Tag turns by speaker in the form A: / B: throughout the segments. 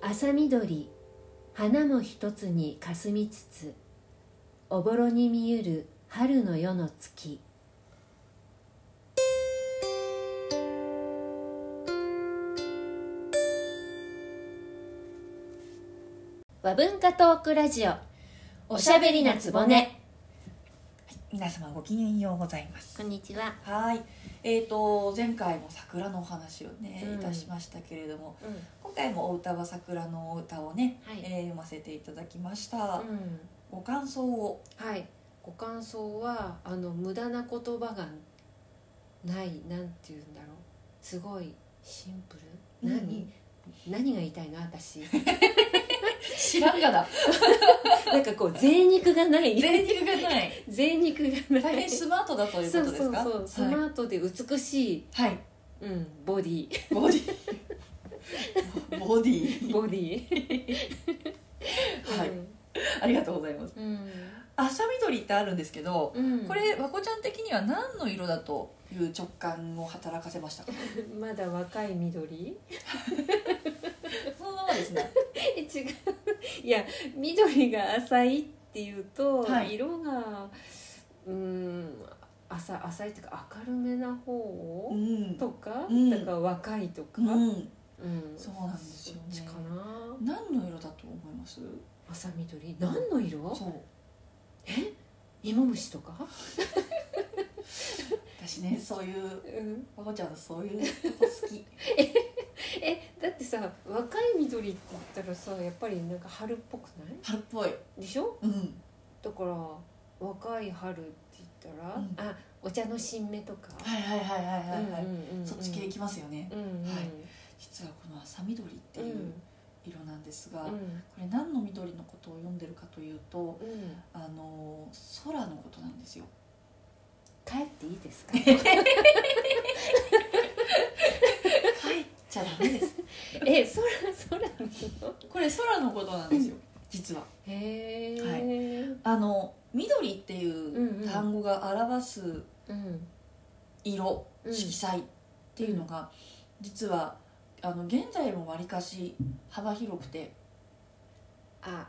A: 朝緑花も一つにかすみつつおぼろに見ゆる春の夜の月和文化トークラジオおしゃべりなつぼね
B: 皆様ごきげんようございます
A: こんにちは、
B: はいえー、と前回も桜のお話をね、
A: うん
B: いたしましたけれども今回もお歌は桜のお歌をね、
A: はい
B: えー読ませていただきました、
A: うん
B: ご感想を
A: はい、ご感想はあの無駄な言葉がないなんて言うんだろうすごいシンプル何、
B: うん
A: 何が言いたいの 私
B: 知らんが な
A: なんかこう贅肉がない
B: 贅肉がない
A: 贅肉がな
B: 大
A: い
B: 変スマートだというこ
A: そ
B: と
A: う
B: で
A: そ
B: す
A: う
B: か
A: そうスマートで美しい、
B: はい、はい、
A: うん、ボディ
B: ボディボディ
A: ボディ
B: はい、ありがとうございます
A: うん、
B: 朝緑ってあるんですけど、
A: うん、
B: これ和子ちゃん的には何の色だという直感を働かせましたか
A: まだ若い緑
B: そのままですね
A: え 違ういや緑が浅いっていうと、
B: はい
A: 色がうん浅浅いっていうか明るめな
B: う
A: 方
B: ん
A: とか、
B: うん
A: だから若いとか、うん
B: うん、そうなんですよ
A: どっち
B: ね
A: かな
B: 何の色だと思います
A: 浅緑何の色
B: そう
A: え芋虫とか、
B: 私ね そういう
A: うん、
B: 和子ちゃんのそういうこと好 き
A: えだってさ若い緑って言ったらさやっぱりなんか春っぽくない
B: 春っぽい
A: でしょ
B: うん
A: だから若い春って言ったら、
B: うん
A: あお茶の新芽とか、
B: はいはいはいはいはいはい、
A: うんうんうん
B: そっち系いきますよね、
A: うんうん
B: はい実はこの朝緑って
A: うん
B: いう色なんですが、
A: う
B: こ
A: ん
B: れ何の緑のことを読んでるかというと
A: うん
B: あの空のことなんですよ
A: 帰っていいですか
B: 帰っちゃダメです
A: え空空の
B: これ空のことなんですよ実は
A: へえ、
B: はい
A: うん
B: あの緑ってい
A: んう
B: うん単語が表す色、
A: うん
B: 色彩っていうのが実はあの現在もわりかし幅広くて
A: あ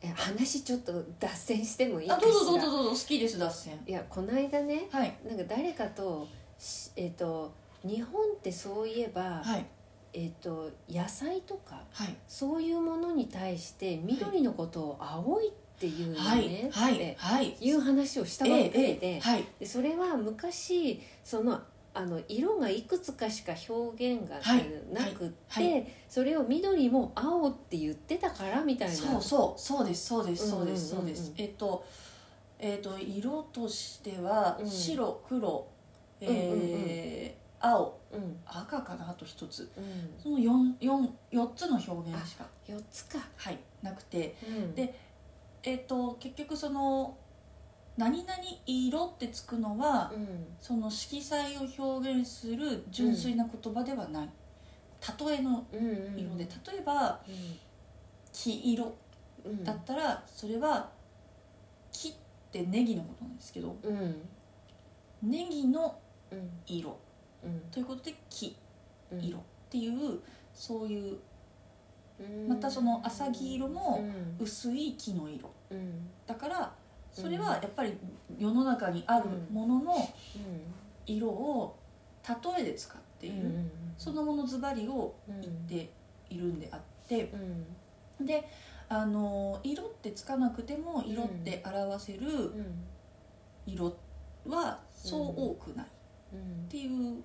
A: え話ちょっと脱線してもいいか
B: あ
A: し
B: ど
A: ら
B: うぞどうぞどうぞ好きです脱線
A: いやこの間ね
B: はい
A: なんか誰かとしえっ、と日本ってそういえば、
B: はい
A: えっ、と野菜とか
B: はい
A: そういうものに対して緑のことを青いっていうの
B: はい
A: ね、
B: は
A: って
B: いはい
A: いう話をしたばっかりで,、
B: ええはい
A: でそれは昔そのあの色がいくつかしか表現が
B: はい
A: なくって、
B: はい
A: それを緑も青って言ってたからみたいな
B: そうそうそうですそうですそうで
A: う
B: す
A: ん
B: そ
A: うんう
B: う
A: んうん
B: ですえっとえっと色としては
A: うん
B: 白黒えー青
A: うん
B: 赤かなあと一つ
A: うん、
B: その 4, 四四つの表現しか
A: 4つか、
B: はいなくて
A: うん
B: でえっ、と結局その「何々色」ってつくのは、
A: うん
B: その色彩を表現する純粋な言葉ではない、例えの
A: うんうん
B: 色で、例えば黄色
A: うんうん
B: だったらそれは「木」ってネギのことなんですけど
A: うん
B: ネギの
A: うん
B: 色
A: うん
B: ということで「木
A: うん
B: 色」っていうそういう
A: うん
B: またその浅黄色
A: う
B: も
A: ん
B: 薄い木の色
A: うんうん
B: だからそれはやっぱり世の中にあるものの、色を例えで使っている、
A: うん
B: そのものズバリを
A: うん
B: 言っているんであって
A: うん
B: であの色ってつかなくても色って表せる
A: うん
B: 色はそう多くないっ
A: うん
B: ていう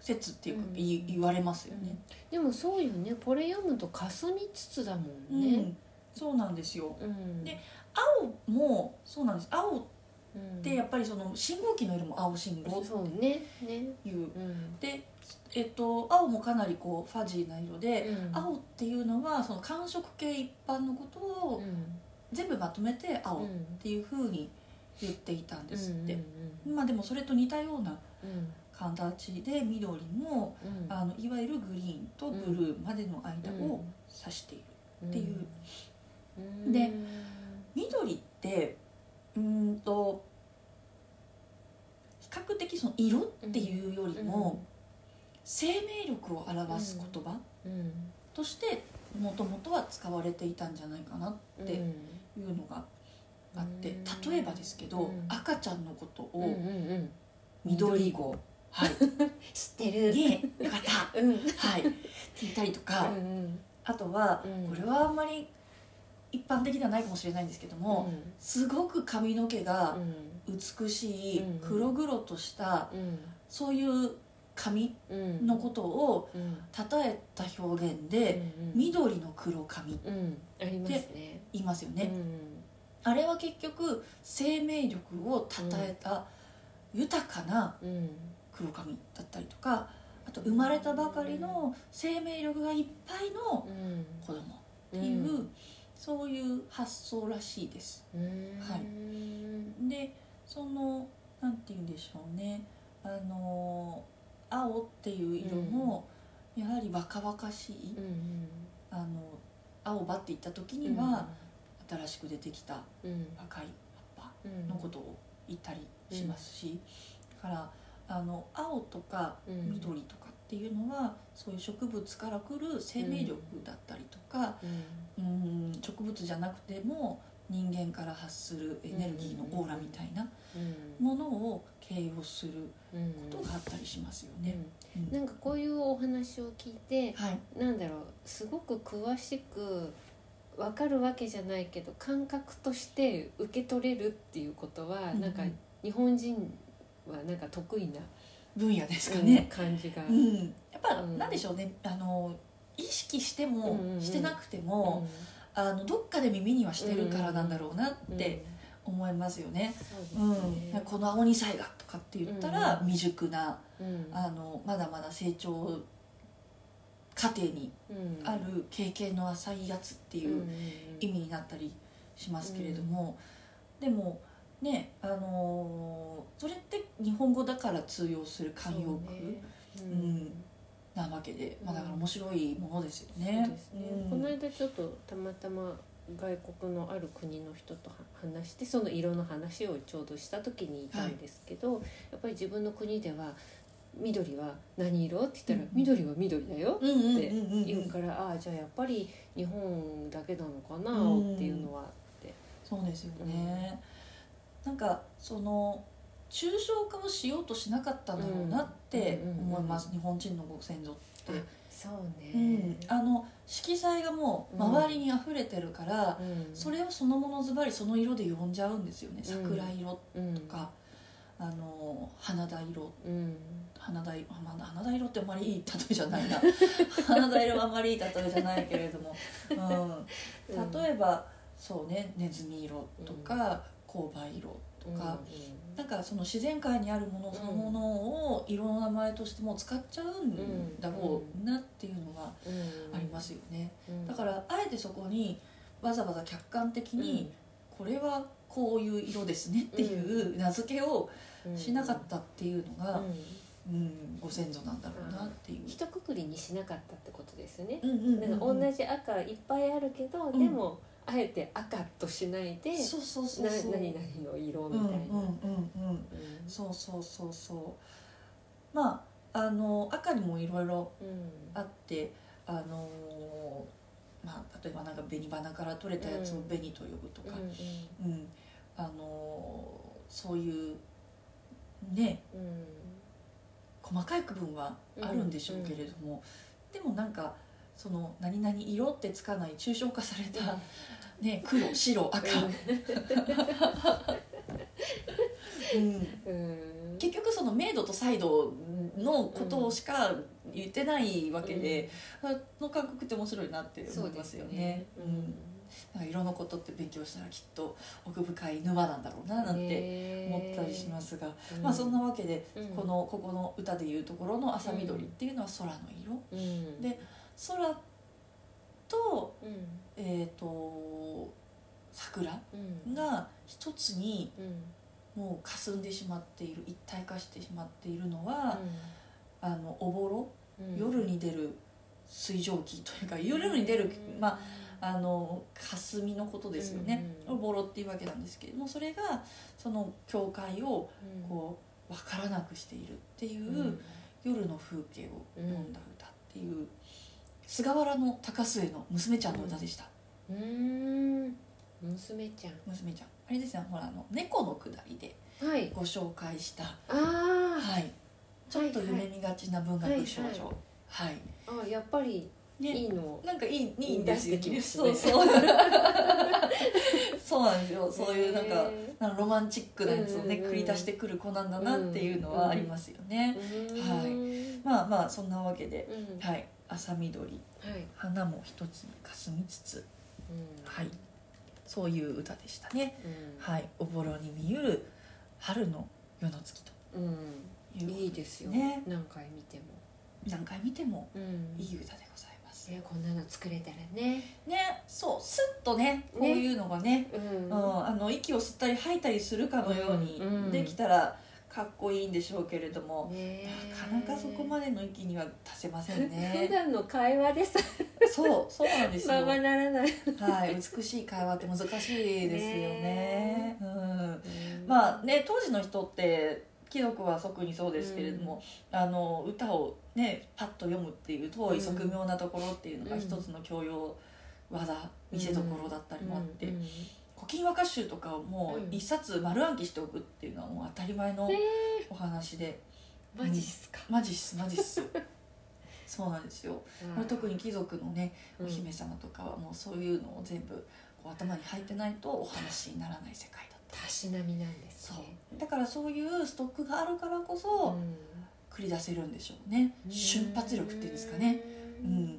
B: 説っていうか、
A: うん
B: い言われますよね。
A: でもそうよねこれ読むと霞みつつだも
B: うん
A: んね、
B: そうなんですよ
A: うん
B: で青もそうなんです青っ
A: うん
B: てやっぱりその信号機の色も青信号っ
A: そうねね
B: ていう
A: うん
B: で、えっと、青もかなりこうファジーな色で、
A: うん
B: 青っていうのはその寒色系一般のこと
A: う
B: を
A: ん
B: 全部まとめて青っ
A: うん
B: ていうふうに言っていたんですって、
A: うん
B: まあでもそれと似たような
A: うん
B: 形で緑も
A: うん
B: あのいわゆるグリーンとブルーまでの間を指している、っていう
A: うん
B: で緑ってうーんと比較的その色っていうよりも生命力を表す言葉
A: うん
B: としてもともとは使われていたんじゃないかなって
A: うん
B: いうのがあって、
A: うん
B: 例えばですけど、
A: うん
B: 赤ちゃんのこと
A: うんうん
B: を
A: うん
B: 緑子、はい
A: 知ってる
B: ねえ方
A: うんうん
B: はいって言ったりとか、
A: うん
B: あとは、
A: うん
B: これはあんまり一般的ではないかもしれないんですけども、
A: う
B: すごく髪の毛が
A: ん
B: 美しい
A: うん
B: 黒々とした
A: うん
B: そういう髪
A: うん
B: のことを
A: うん
B: 称えた表現で
A: うん
B: 緑の黒髪
A: うんありますね
B: 言いますよ
A: う
B: ね、
A: ん
B: あれは結局生命力を称えた豊かな
A: うん
B: 黒髪だったりとかあと生まれたばかりの生命力がいっぱいの
A: うん
B: 子供っていう、そういう発想らしいです
A: うん
B: はいでそのなんて言うんでしょうねあの青っていう色も、やはり若々しい
A: うんうん
B: あの青葉って言った時には、新しく出てきた
A: うん
B: 赤い葉っ
A: うん
B: ぱのことを言ったりしますし、だからあの青とか
A: うん
B: 緑とかっていうのはそういう植物から来る生命力だったりとか、
A: うん
B: うん、植物じゃなくても人間から発するエネルギーのオーラみたいな
A: うん
B: ものを形容する
A: うん
B: ことがあったりしますよね。うん
A: なんかこういうお話を聞いて
B: はい、
A: なんだろうすごく詳しく分かるわけじゃないけど感覚として受け取れるっていうことは、
B: うん
A: なんか日本人はなんか得意な、
B: 分野ですか
A: うん
B: ね。
A: 感じが、
B: うんやっぱ、
A: うん
B: なんでしょうねあの意識しても、
A: うんうんうん
B: してなくても、あのどっかで耳にはしてるからなんだろうなっ
A: うん
B: て、思いますよね。う
A: そ
B: ん
A: うですね
B: この青二歳がとかって言ったら、
A: うん
B: 未熟な
A: うん
B: あのまだまだ成長過程に
A: うん
B: ある経験の浅いやつって
A: うん
B: いううん意味になったりしますけれども、でもねあのーそれって日本語だから通用する慣用
A: そう
B: 句
A: ねうん
B: うんなわけで、まあ、だから面白いものですよね。
A: そうですね、
B: うん
A: この間ちょっとたまたま外国のある国の人とは話してその色の話をちょうどした時にいたんですけど、やっぱり自分の国では「緑は何色?」って言ったら「
B: うん
A: 緑は緑だよ」
B: うんうんうん
A: って
B: うんうん
A: 言うから「ああじゃあやっぱり日本だけなのかな」
B: うん
A: っていうのは。
B: そうですよね、なんかその抽象化をしようとしなかったんだろうなって
A: うんうんうんうん
B: 思います、日本人のご先祖って、
A: そう
B: うん
A: ね、
B: あの色彩がもう周りに溢れてるから、
A: うん
B: それをそのものズバリその色で呼んじゃうんですよね
A: うん
B: 桜色
A: と
B: と、か、あの花田色
A: うん
B: 花田色あまあ花田色ってあんまりいい例えじゃ ないな花田色はあんまりいい例えじゃないけれども、うん、例えばそうねネズミ色とか紅梅色とか、、
A: うん
B: なんかその自然界にあるもの
A: うん
B: そのものを色の名前としてもう使っちゃうんだろうなっていうのがありま、すよね、
A: うん
B: だからあえてそこにわざわざ客観的に、、これはこういう色ですねっていう名付けを
A: うん
B: しなかったっていうのが、
A: うん
B: うんご先祖なんだろうなっていう。
A: 一括りにしなかったってことですね。
B: うんうん
A: なんか同じ赤いっぱいあるけど、
B: ん
A: でもあえて赤としないで、
B: そうそうそう
A: な
B: そう
A: 何々の色
B: う
A: み
B: んうん
A: たいな。
B: うんうん
A: うん
B: そうそうそうそうまああの赤にもいろいろ
A: うん
B: あってあのーまあ例えばなんか紅花から取れたやつを
A: うん
B: 紅と呼ぶと
A: うん
B: か、うんあのーそういうね
A: うんうん
B: 細かい区分はあるんでしょうけれども、でもなんかその「何々色」ってつかない抽象化された、 ね、黒白赤、うん、
A: うん
B: 結局その明度と彩度のことをしか言ってないわけで、その感覚って面白いなって
A: そ
B: 思
A: う
B: い
A: で
B: ます
A: す
B: よ
A: よ
B: ね
A: ね。。
B: うんなんか色のことって勉強したらきっと奥深い沼なんだろうななんて
A: て。
B: 思ったりしますすが、まあそんなわけで、
A: うん
B: このここの歌でいうところの朝緑っていうのは空の色、
A: うん
B: で空と
A: うん
B: えっ、と桜
A: うん
B: が一つに
A: うん
B: もう霞んでしまっている一体化してしまっているのは、あのおぼろ、
A: うん
B: 夜に出る水蒸気というか夜に出る、ま
A: あ
B: ああの霞のことですよね、
A: うんうん
B: おぼろっていうわけなんですけれどもそれがその境界をこう分からなくしているっていう、
A: うん
B: 夜の風景を読んだ歌っていう菅原の高末の娘ちゃんの歌でした、
A: うーん娘ちゃ
B: 娘ちゃんあれですねほらあの猫のくだりで
A: んはい
B: ご紹介した、
A: あー
B: はい、ちょっと夢見がちな文学少女はい、
A: あやっぱりい
B: ね
A: いの
B: なんかいいいいんですよ、
A: 出してき
B: ね、
A: ます
B: そう
A: ね
B: そうそうなんですよそういうなんか
A: へ
B: なんかロマンチックなやつをね
A: うんうんうん
B: 繰り出してくる子なんだなっていうのはありますよ
A: ー
B: ね
A: うーん
B: はいまあまあそんなわけで
A: うんは
B: はい朝緑
A: い
B: 花も一つにかすみつつ
A: うん
B: はいそういう歌でしたね
A: うん
B: はいおぼろに見ゆる春の夜の月と
A: うん
B: いう
A: いいですよ
B: ね
A: 何回見ても
B: 何回見ても
A: うん
B: いい歌でございます
A: ねこんなの作れたらね
B: ねそうスッとねこういうのがね
A: うん
B: うん、あの息を吸ったり吐いたりするかのように
A: うん
B: できたらかっこいいんでしょうけれども、
A: ね
B: なかなかそこまでの域には達せません
A: 普
B: ね
A: 段の会話でさ
B: そうそうなんですよ、
A: ままならない
B: はい、美しい会話って難しいですよね
A: ね
B: うん、まあね当時の人って貴族は特にそうですけれども、あの歌をねパッと読むっていう遠い側面なところっていうのが
A: うん
B: 一つの教養技見せどころだったりもあって、
A: うんうん
B: 古今和歌集とかをも
A: うん
B: う一冊丸暗記しておくっていうのはもう当たり前の
A: ね
B: お話で、
A: マジっすか
B: マジっすマジ っすそうなんですよ、これ特に貴族のね
A: うん
B: お姫様とかはもうそういうのを全部こう頭に入ってないとお話にならない世界だった
A: たしなみなんです
B: そう
A: ね
B: だからそういうストックがあるからこそ繰り出せるんでしょうね、
A: うん
B: 瞬発力っていうんですかねうん、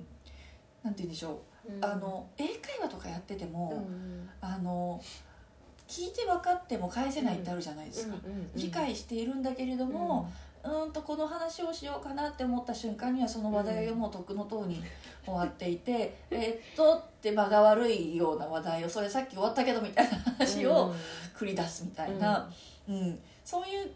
B: なんて言うんでしょ
A: う
B: う、
A: ん
B: あの英会話とかやってて
A: うんう
B: も、
A: ん
B: あの聞いて分かっても返せないってあるじゃないですか、
A: うん
B: 理解しているんだけれども、うーんとこの話をしようかなって思った瞬間にはその話題がもうとっくの塔に終わっていて 「えっと」って間が悪いような話題をそれさっき終わったけどみたいな話を繰り出すみたいな、うんそういう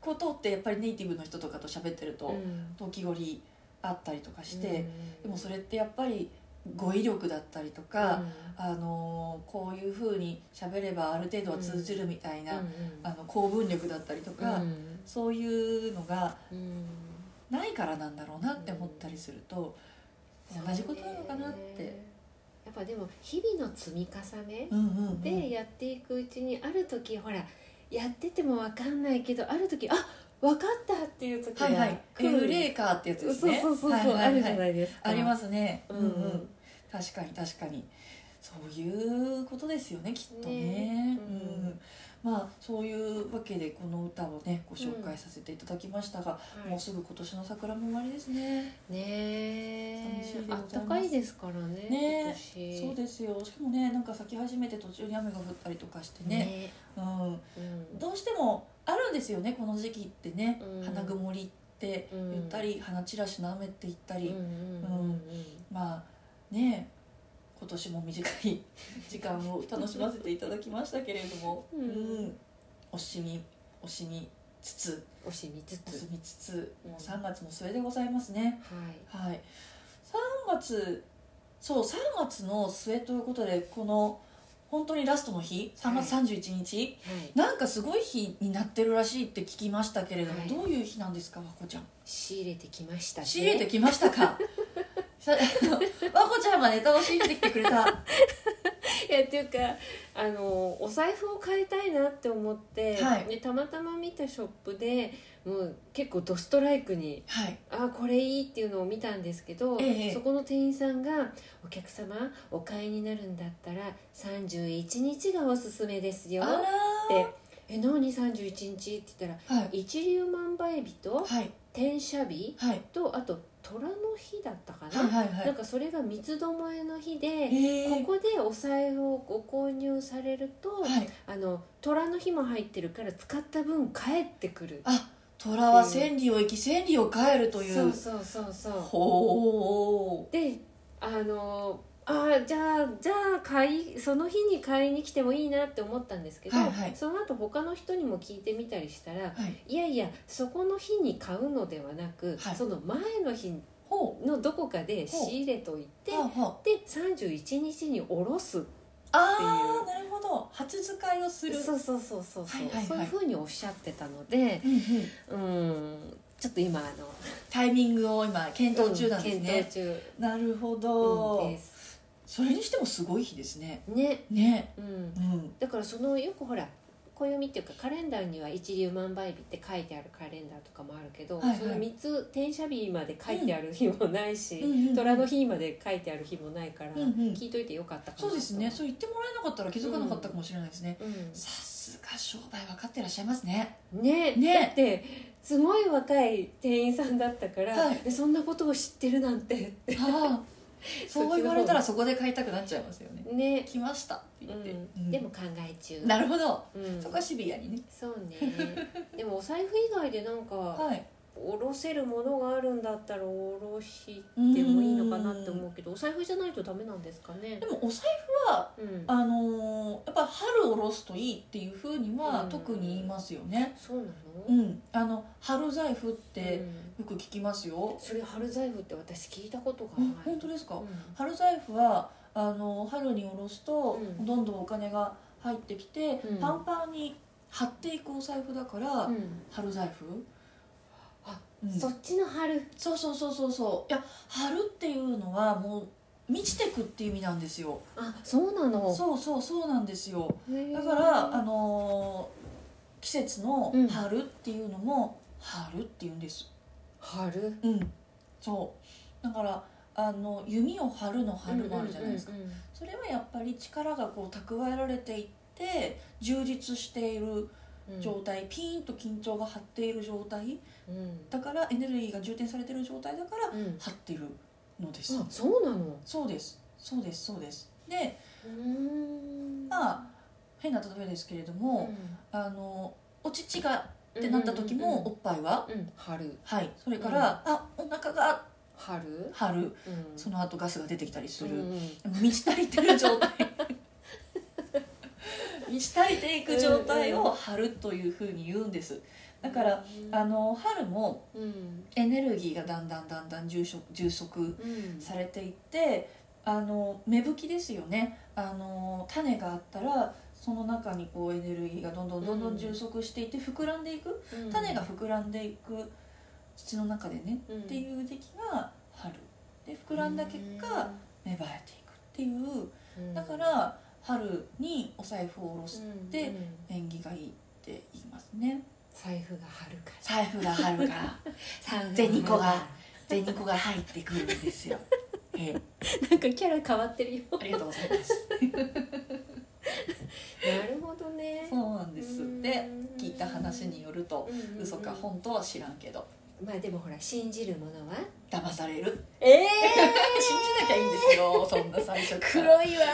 B: ことってやっぱりネイティブの人とかと喋ってると時折あったりとかして、でもそれってやっぱり語彙力だったりとか、あのーこういうふうに喋ればある程度は通じるみたいな、あの公文力だったりとか。そういうのがないからなんだろうなって思ったりすると、同じことなのかなって。
A: やっぱでも日々の積み重ね
B: うんうんうん
A: でやっていくうちにある時ほらやっててもわかんないけどある時あわかったっていう時
B: はいはい
A: が
B: 「ク
A: 来
B: ー
A: る
B: レーカー」ってやつ
A: そ
B: で
A: う
B: す
A: そうそ
B: ね
A: うそう
B: はいはいはい
A: あるじゃないですか
B: ありますね
A: う
B: うんん
A: う
B: うんん、確かに確かにそういうことですよねきっとね
A: ね
B: う
A: うん
B: ん、まあそういうわけでこの歌をねご紹介させていただきましたが、もうすぐ今年の桜も終わりですね、
A: ねえ
B: 寂しいでござ
A: あ
B: い
A: っ
B: ます
A: たかいですからね
B: ね
A: 今年
B: そうですよしかもねなんか咲き始めて途中に雨が降ったりとかしてね
A: ね
B: うん
A: うん
B: どうしてもあるんですよねこの時期ってね、
A: うん
B: 花曇りって
A: うん
B: 言ったり、花散らしの雨って言ったり、
A: うんうんうん
B: まあね今年も短 い時間を楽しませていただきましたけれども、
A: うん
B: 惜しみ惜しみつつ
A: 惜しみつ
B: 惜し
A: つ
B: みつつ、
A: うん
B: もう3月も末でございますね
A: はい
B: はい3月そう3月の末ということでこの本当にラストの日3月31日、
A: はい
B: なんかすごい日になってるらしいって聞きましたけれども、
A: はい
B: どういう日なんですか和子ちゃん
A: 仕入れてきましたね
B: 仕入れてきまし たかさあの和子ちゃんがネタを仕入れてきてくれた
A: いやっていうかあのお財布を買いたいなって思って、
B: はい
A: でたまたま見たショップでもう結構ドストライクに
B: はい
A: あこれいいっていうのを見たんですけど、
B: ええ
A: そこの店員さんが「お客様お買いになるんだったら31日がおすすめですよ」っ
B: あ
A: て「え何31日?」って言ったら
B: らは
A: 「
B: い
A: 一粒万倍日と
B: はい
A: 天赦日
B: はい
A: とあと虎の日だったかな」
B: はいはいは
A: なん
B: い
A: かそれが三つどもえの日で、
B: へ
A: こ
B: ー
A: こでお財布をご購入されると、
B: はい
A: あの虎の日も入ってるから使った分返ってくる
B: あ虎は千里を行き千里を帰るとい
A: そう
B: う
A: そうそうそ
B: ほ
A: うであのあーじゃあじゃあ買いその日に買いに来てもいいなって思ったんですけど、
B: はいはい
A: その後他の人にも聞いてみたりしたら
B: うはい
A: いやいやそこの日に買うのではなく、
B: はい
A: その前の日
B: ほ
A: のどこかで仕入れといて
B: うはあは
A: で31日に下ろす
B: ああーなるほど初使いをする
A: そうそうそうそうそう、
B: はいはいはい
A: そういうふうにおっしゃってたので
B: うんうん
A: うんちょっと今あの
B: タイミングを今検討中なんです
A: うん検
B: ね
A: 討、中
B: なるほど、
A: うんです
B: それにしてもすごい日ですね
A: ね、
B: ね
A: うん
B: う、ん
A: だからそのよくほら暦っていうかカレンダーには一粒万倍日って書いてあるカレンダーとかもあるけど、
B: はいはい
A: その3つ転写日まで書いてある日もないし、
B: うんうんうん
A: 虎の日まで書いてある日もないから、
B: うんうん
A: 聞いといてよかったかなと
B: そうですねそう言ってもらえなかったら気づかなかったかもしれないですね、
A: う
B: さすが商売分かってらっしゃいますね
A: ん、ね
B: ね
A: だってすごい若い店員さんだったから、
B: はい
A: えそんなことを知ってるなん て
B: ああそう言われたらそこで買いたくなっちゃいますよね
A: ね、
B: 来ましたって
A: う
B: 言って、うん
A: ん、でも考え中
B: なるほど、
A: うん、
B: そこはシビアにね
A: そうねでもお財布以外でなんか
B: はい
A: おろせるものがあるんだったらおろしてもいいのかなって思うけどお財布じゃないとダメなんですかね
B: でもお財布は
A: うん
B: あのーやっぱ春おろすといいっていうふうには
A: うん
B: 特に言いますよね
A: そうなの
B: う
A: っ
B: ん、あの春財布ってよく聞きますよ、
A: それ春財布って私聞いたこと
B: う
A: が
B: ん
A: ない
B: 本当ですか、
A: うん
B: 春財布はあの春におろすと、
A: うん
B: どんどんお金が入ってきて、
A: うん
B: パンパンに貼っていくお財布だから、
A: うん
B: 春財布
A: あ
B: うん
A: そっちの春
B: そうそうそうそうそういや春っていうのはもう満ちてくっていう意味なんですよ
A: あそうなの
B: そうそうそうなんですよだ
A: だ
B: から、あのー季節の
A: うん
B: 春っていうのも春っていうんです
A: 春
B: うんそうだからあの弓を張るの春もあるじゃないですか、
A: うんうんうん
B: それはやっぱり力がこう蓄えられていって充実している
A: うん
B: 状態、ピーンと緊張が張っている状態
A: うん
B: だからエネルギーが充填されている状態だから
A: うん
B: 張っているのです、
A: あそうなの
B: そうですそうですそうですで
A: うーん
B: まあ変な例えですけれども、あのお乳がってなった時もおっぱいは、
A: うんうんうんうん春
B: はいそれから、あお腹が
A: 春
B: 張る
A: うん
B: その後ガスが出てきたりする、
A: うんうん
B: 満ち足りてる状態満ち足りていく状態を春というふうに言うんですだから、あの春も
A: うん
B: エネルギーがだんだんだんだん充足充足
A: うん
B: されていってあの芽吹きですよねあの種があったらその中にこうエネルギーがどんどんどんど
A: うん
B: ん充足していって膨らんでいく種が膨らんでいく土の中でね
A: うん
B: っていう時期が春で膨らんだ結果、芽生えていくっていう
A: うん
B: だから春にお財布を下ろす
A: うんうん
B: 縁起がいいって言います ね
A: 財布が春から
B: 財布が春から
A: 財布
B: 銭子が銭子が入ってくるんですよ、ええ
A: なんかキャラ変わってるよ
B: ありがとうございます
A: なるほどね
B: そうなんですで
A: うん
B: 聞いた話によると
A: うんうんうん
B: 嘘か本当は知らんけど
A: まあでもほら信じるものは
B: 騙される
A: ええ
B: 信じなきゃいいんですよそんな最初から
A: 黒いわ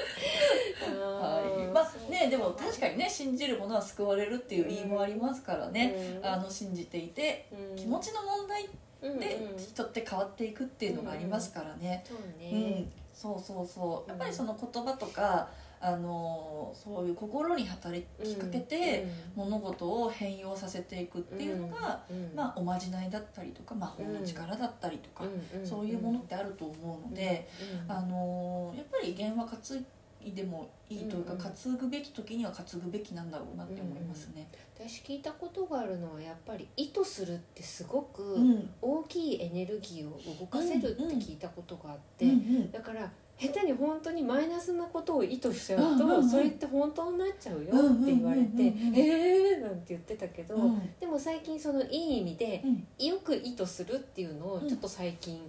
B: はいまあねでも確かにね信じるものは救われるっていう言いもありますからね、あの信じていて気持
A: ち
B: ちの問題で
A: で
B: 人って変わっていくっていうのがありますからね。
A: そう
B: う
A: ね
B: ん、そうそうそうやっぱりその言葉とか、あのーそういう心に働きかけて、物事を変容させていくっていうのが、
A: うんうん
B: まあ、おまじないだったりとか魔法の力だったりとか、
A: うんん
B: そういうものってあると思うので、
A: うん
B: あのーやっぱり弦は担いでもいいというか、
A: うんうん
B: 担ぐべき時には担ぐべきなんだろうなって思いますね。
A: 私聞いたことがあるのはやっぱり意図するってすご
B: うん
A: く大きいエネルギーを動かせるって聞いたことがあって、
B: うんうん
A: だから下手に本当にマイナスなことを意図しちゃうと、
B: うんうんうん
A: それって本当になっちゃうよ
B: うんうんうんうん
A: って言われて「ええー!」なんて言ってたけど、
B: うん
A: でも最近そのいい意味で
B: うん
A: よく意図するっていうのをちょっと最近、うん
B: うん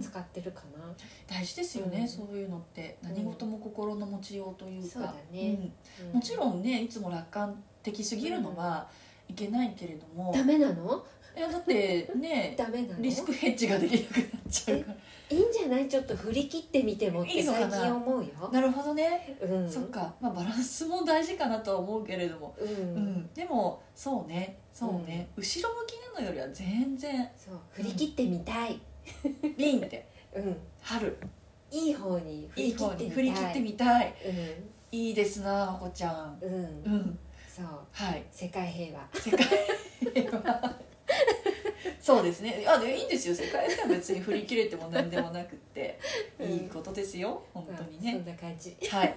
A: 使ってるかな。
B: 大事ですよね、
A: うん
B: そういうのって
A: うん
B: 何事も心の持ちようというか
A: そうだね
B: うんもち
A: ん
B: ろんねいつも楽観的すぎるのはいけないけれども、
A: ダメなの
B: いやだって ね
A: ダメなの
B: リスクヘッジができなくなっちゃうか
A: いいんじゃないちょっと振り切ってみてもっ
B: い
A: て
B: いのか
A: 最
B: な
A: 近思うよ。
B: らなるほどね、
A: うん、
B: そっか、まあ、バランスも大事かなとは思うけれども、
A: うん
B: うんでもそうねそうね、後ろ向きなのよりは全然
A: そう振り切ってみたい、
B: ビンって
A: うん、
B: 春
A: いい方に振
B: いい
A: り切
B: 方
A: って
B: に
A: みたい
B: 振り切ってみたい
A: うん
B: いいですなまこちゃん
A: うん、
B: うん
A: そう
B: はい
A: 世界平和
B: 世界平和そうですねあでいいんですよ世界平和は別に振り切れても何でもなくって、
A: うん
B: いいことですよ本当
A: まあ
B: に
A: そ
B: ね
A: んな感じ
B: はい、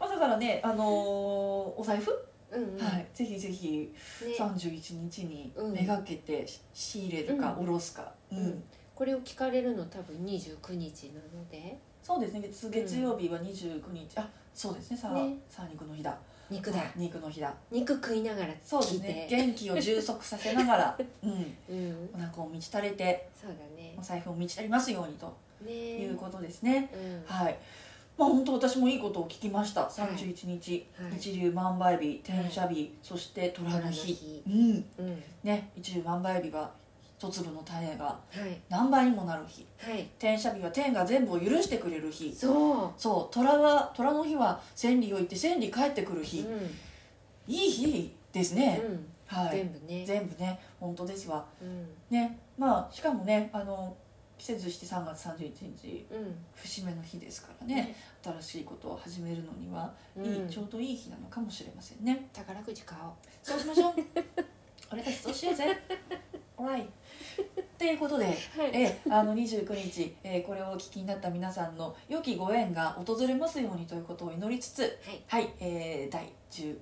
B: まあ、だからねあのーお財布
A: うんうん
B: はい、ぜひぜひ
A: ね、
B: 31日に
A: うん
B: めがけてし仕入れるか
A: うん
B: 下ろすか、うん
A: うんこれを聞かれるの多分29日なので
B: そうですね月月曜日は29日、あそうですねさあ、
A: ね
B: さあ肉の日だ
A: 肉だ
B: 肉の日だ
A: 肉食いながら
B: そうで
A: 聞
B: す
A: い
B: ね
A: て
B: 元気を充足させながら、うん、
A: うん
B: お腹を満ち足れて
A: そうだね
B: お財布を満ち足りますようにと
A: ね
B: いうことですね、
A: うん
B: はいまあ本当私もいいことを聞きました31日、
A: はい
B: 一粒万倍日天赦日、そして虎の日うん
A: うんは
B: ね一粒万倍日は一粒の種が
A: い
B: 何倍にもなる日
A: はい
B: 天赦日は天が全部を許してくれる日
A: そ
B: そう虎は虎の日は千里を行って千里帰ってくる
A: う
B: 日、
A: うん
B: いい日ですね、
A: うん
B: はい
A: 全部ね
B: 全部ね本当ですわ
A: うん
B: ねまあしかもねあの季節して3月31日
A: うん
B: 節目の日ですからね新しいことを始めるのには
A: う
B: いい、
A: ん
B: ちょうどいい日なのかもしれませんね
A: 宝くじ買おう
B: そうしま しょう俺たちそうしようぜオーライということで
A: はい
B: えーあの29日、えーこれをお聞きになった皆さんの良きご縁が訪れますようにということを祈りつつ、
A: はい
B: えー第17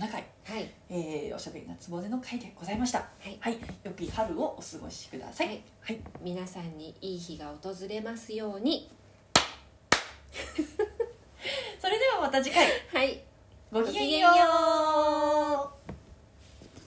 B: 回、
A: はい
B: えーおしゃべりなつぼでの会でございました。
A: はい
B: 良き春をお過ごしください。
A: はい
B: はい、
A: 皆さんにいい日が訪れますように
B: それではまた次回
A: はい
B: ごきげんよう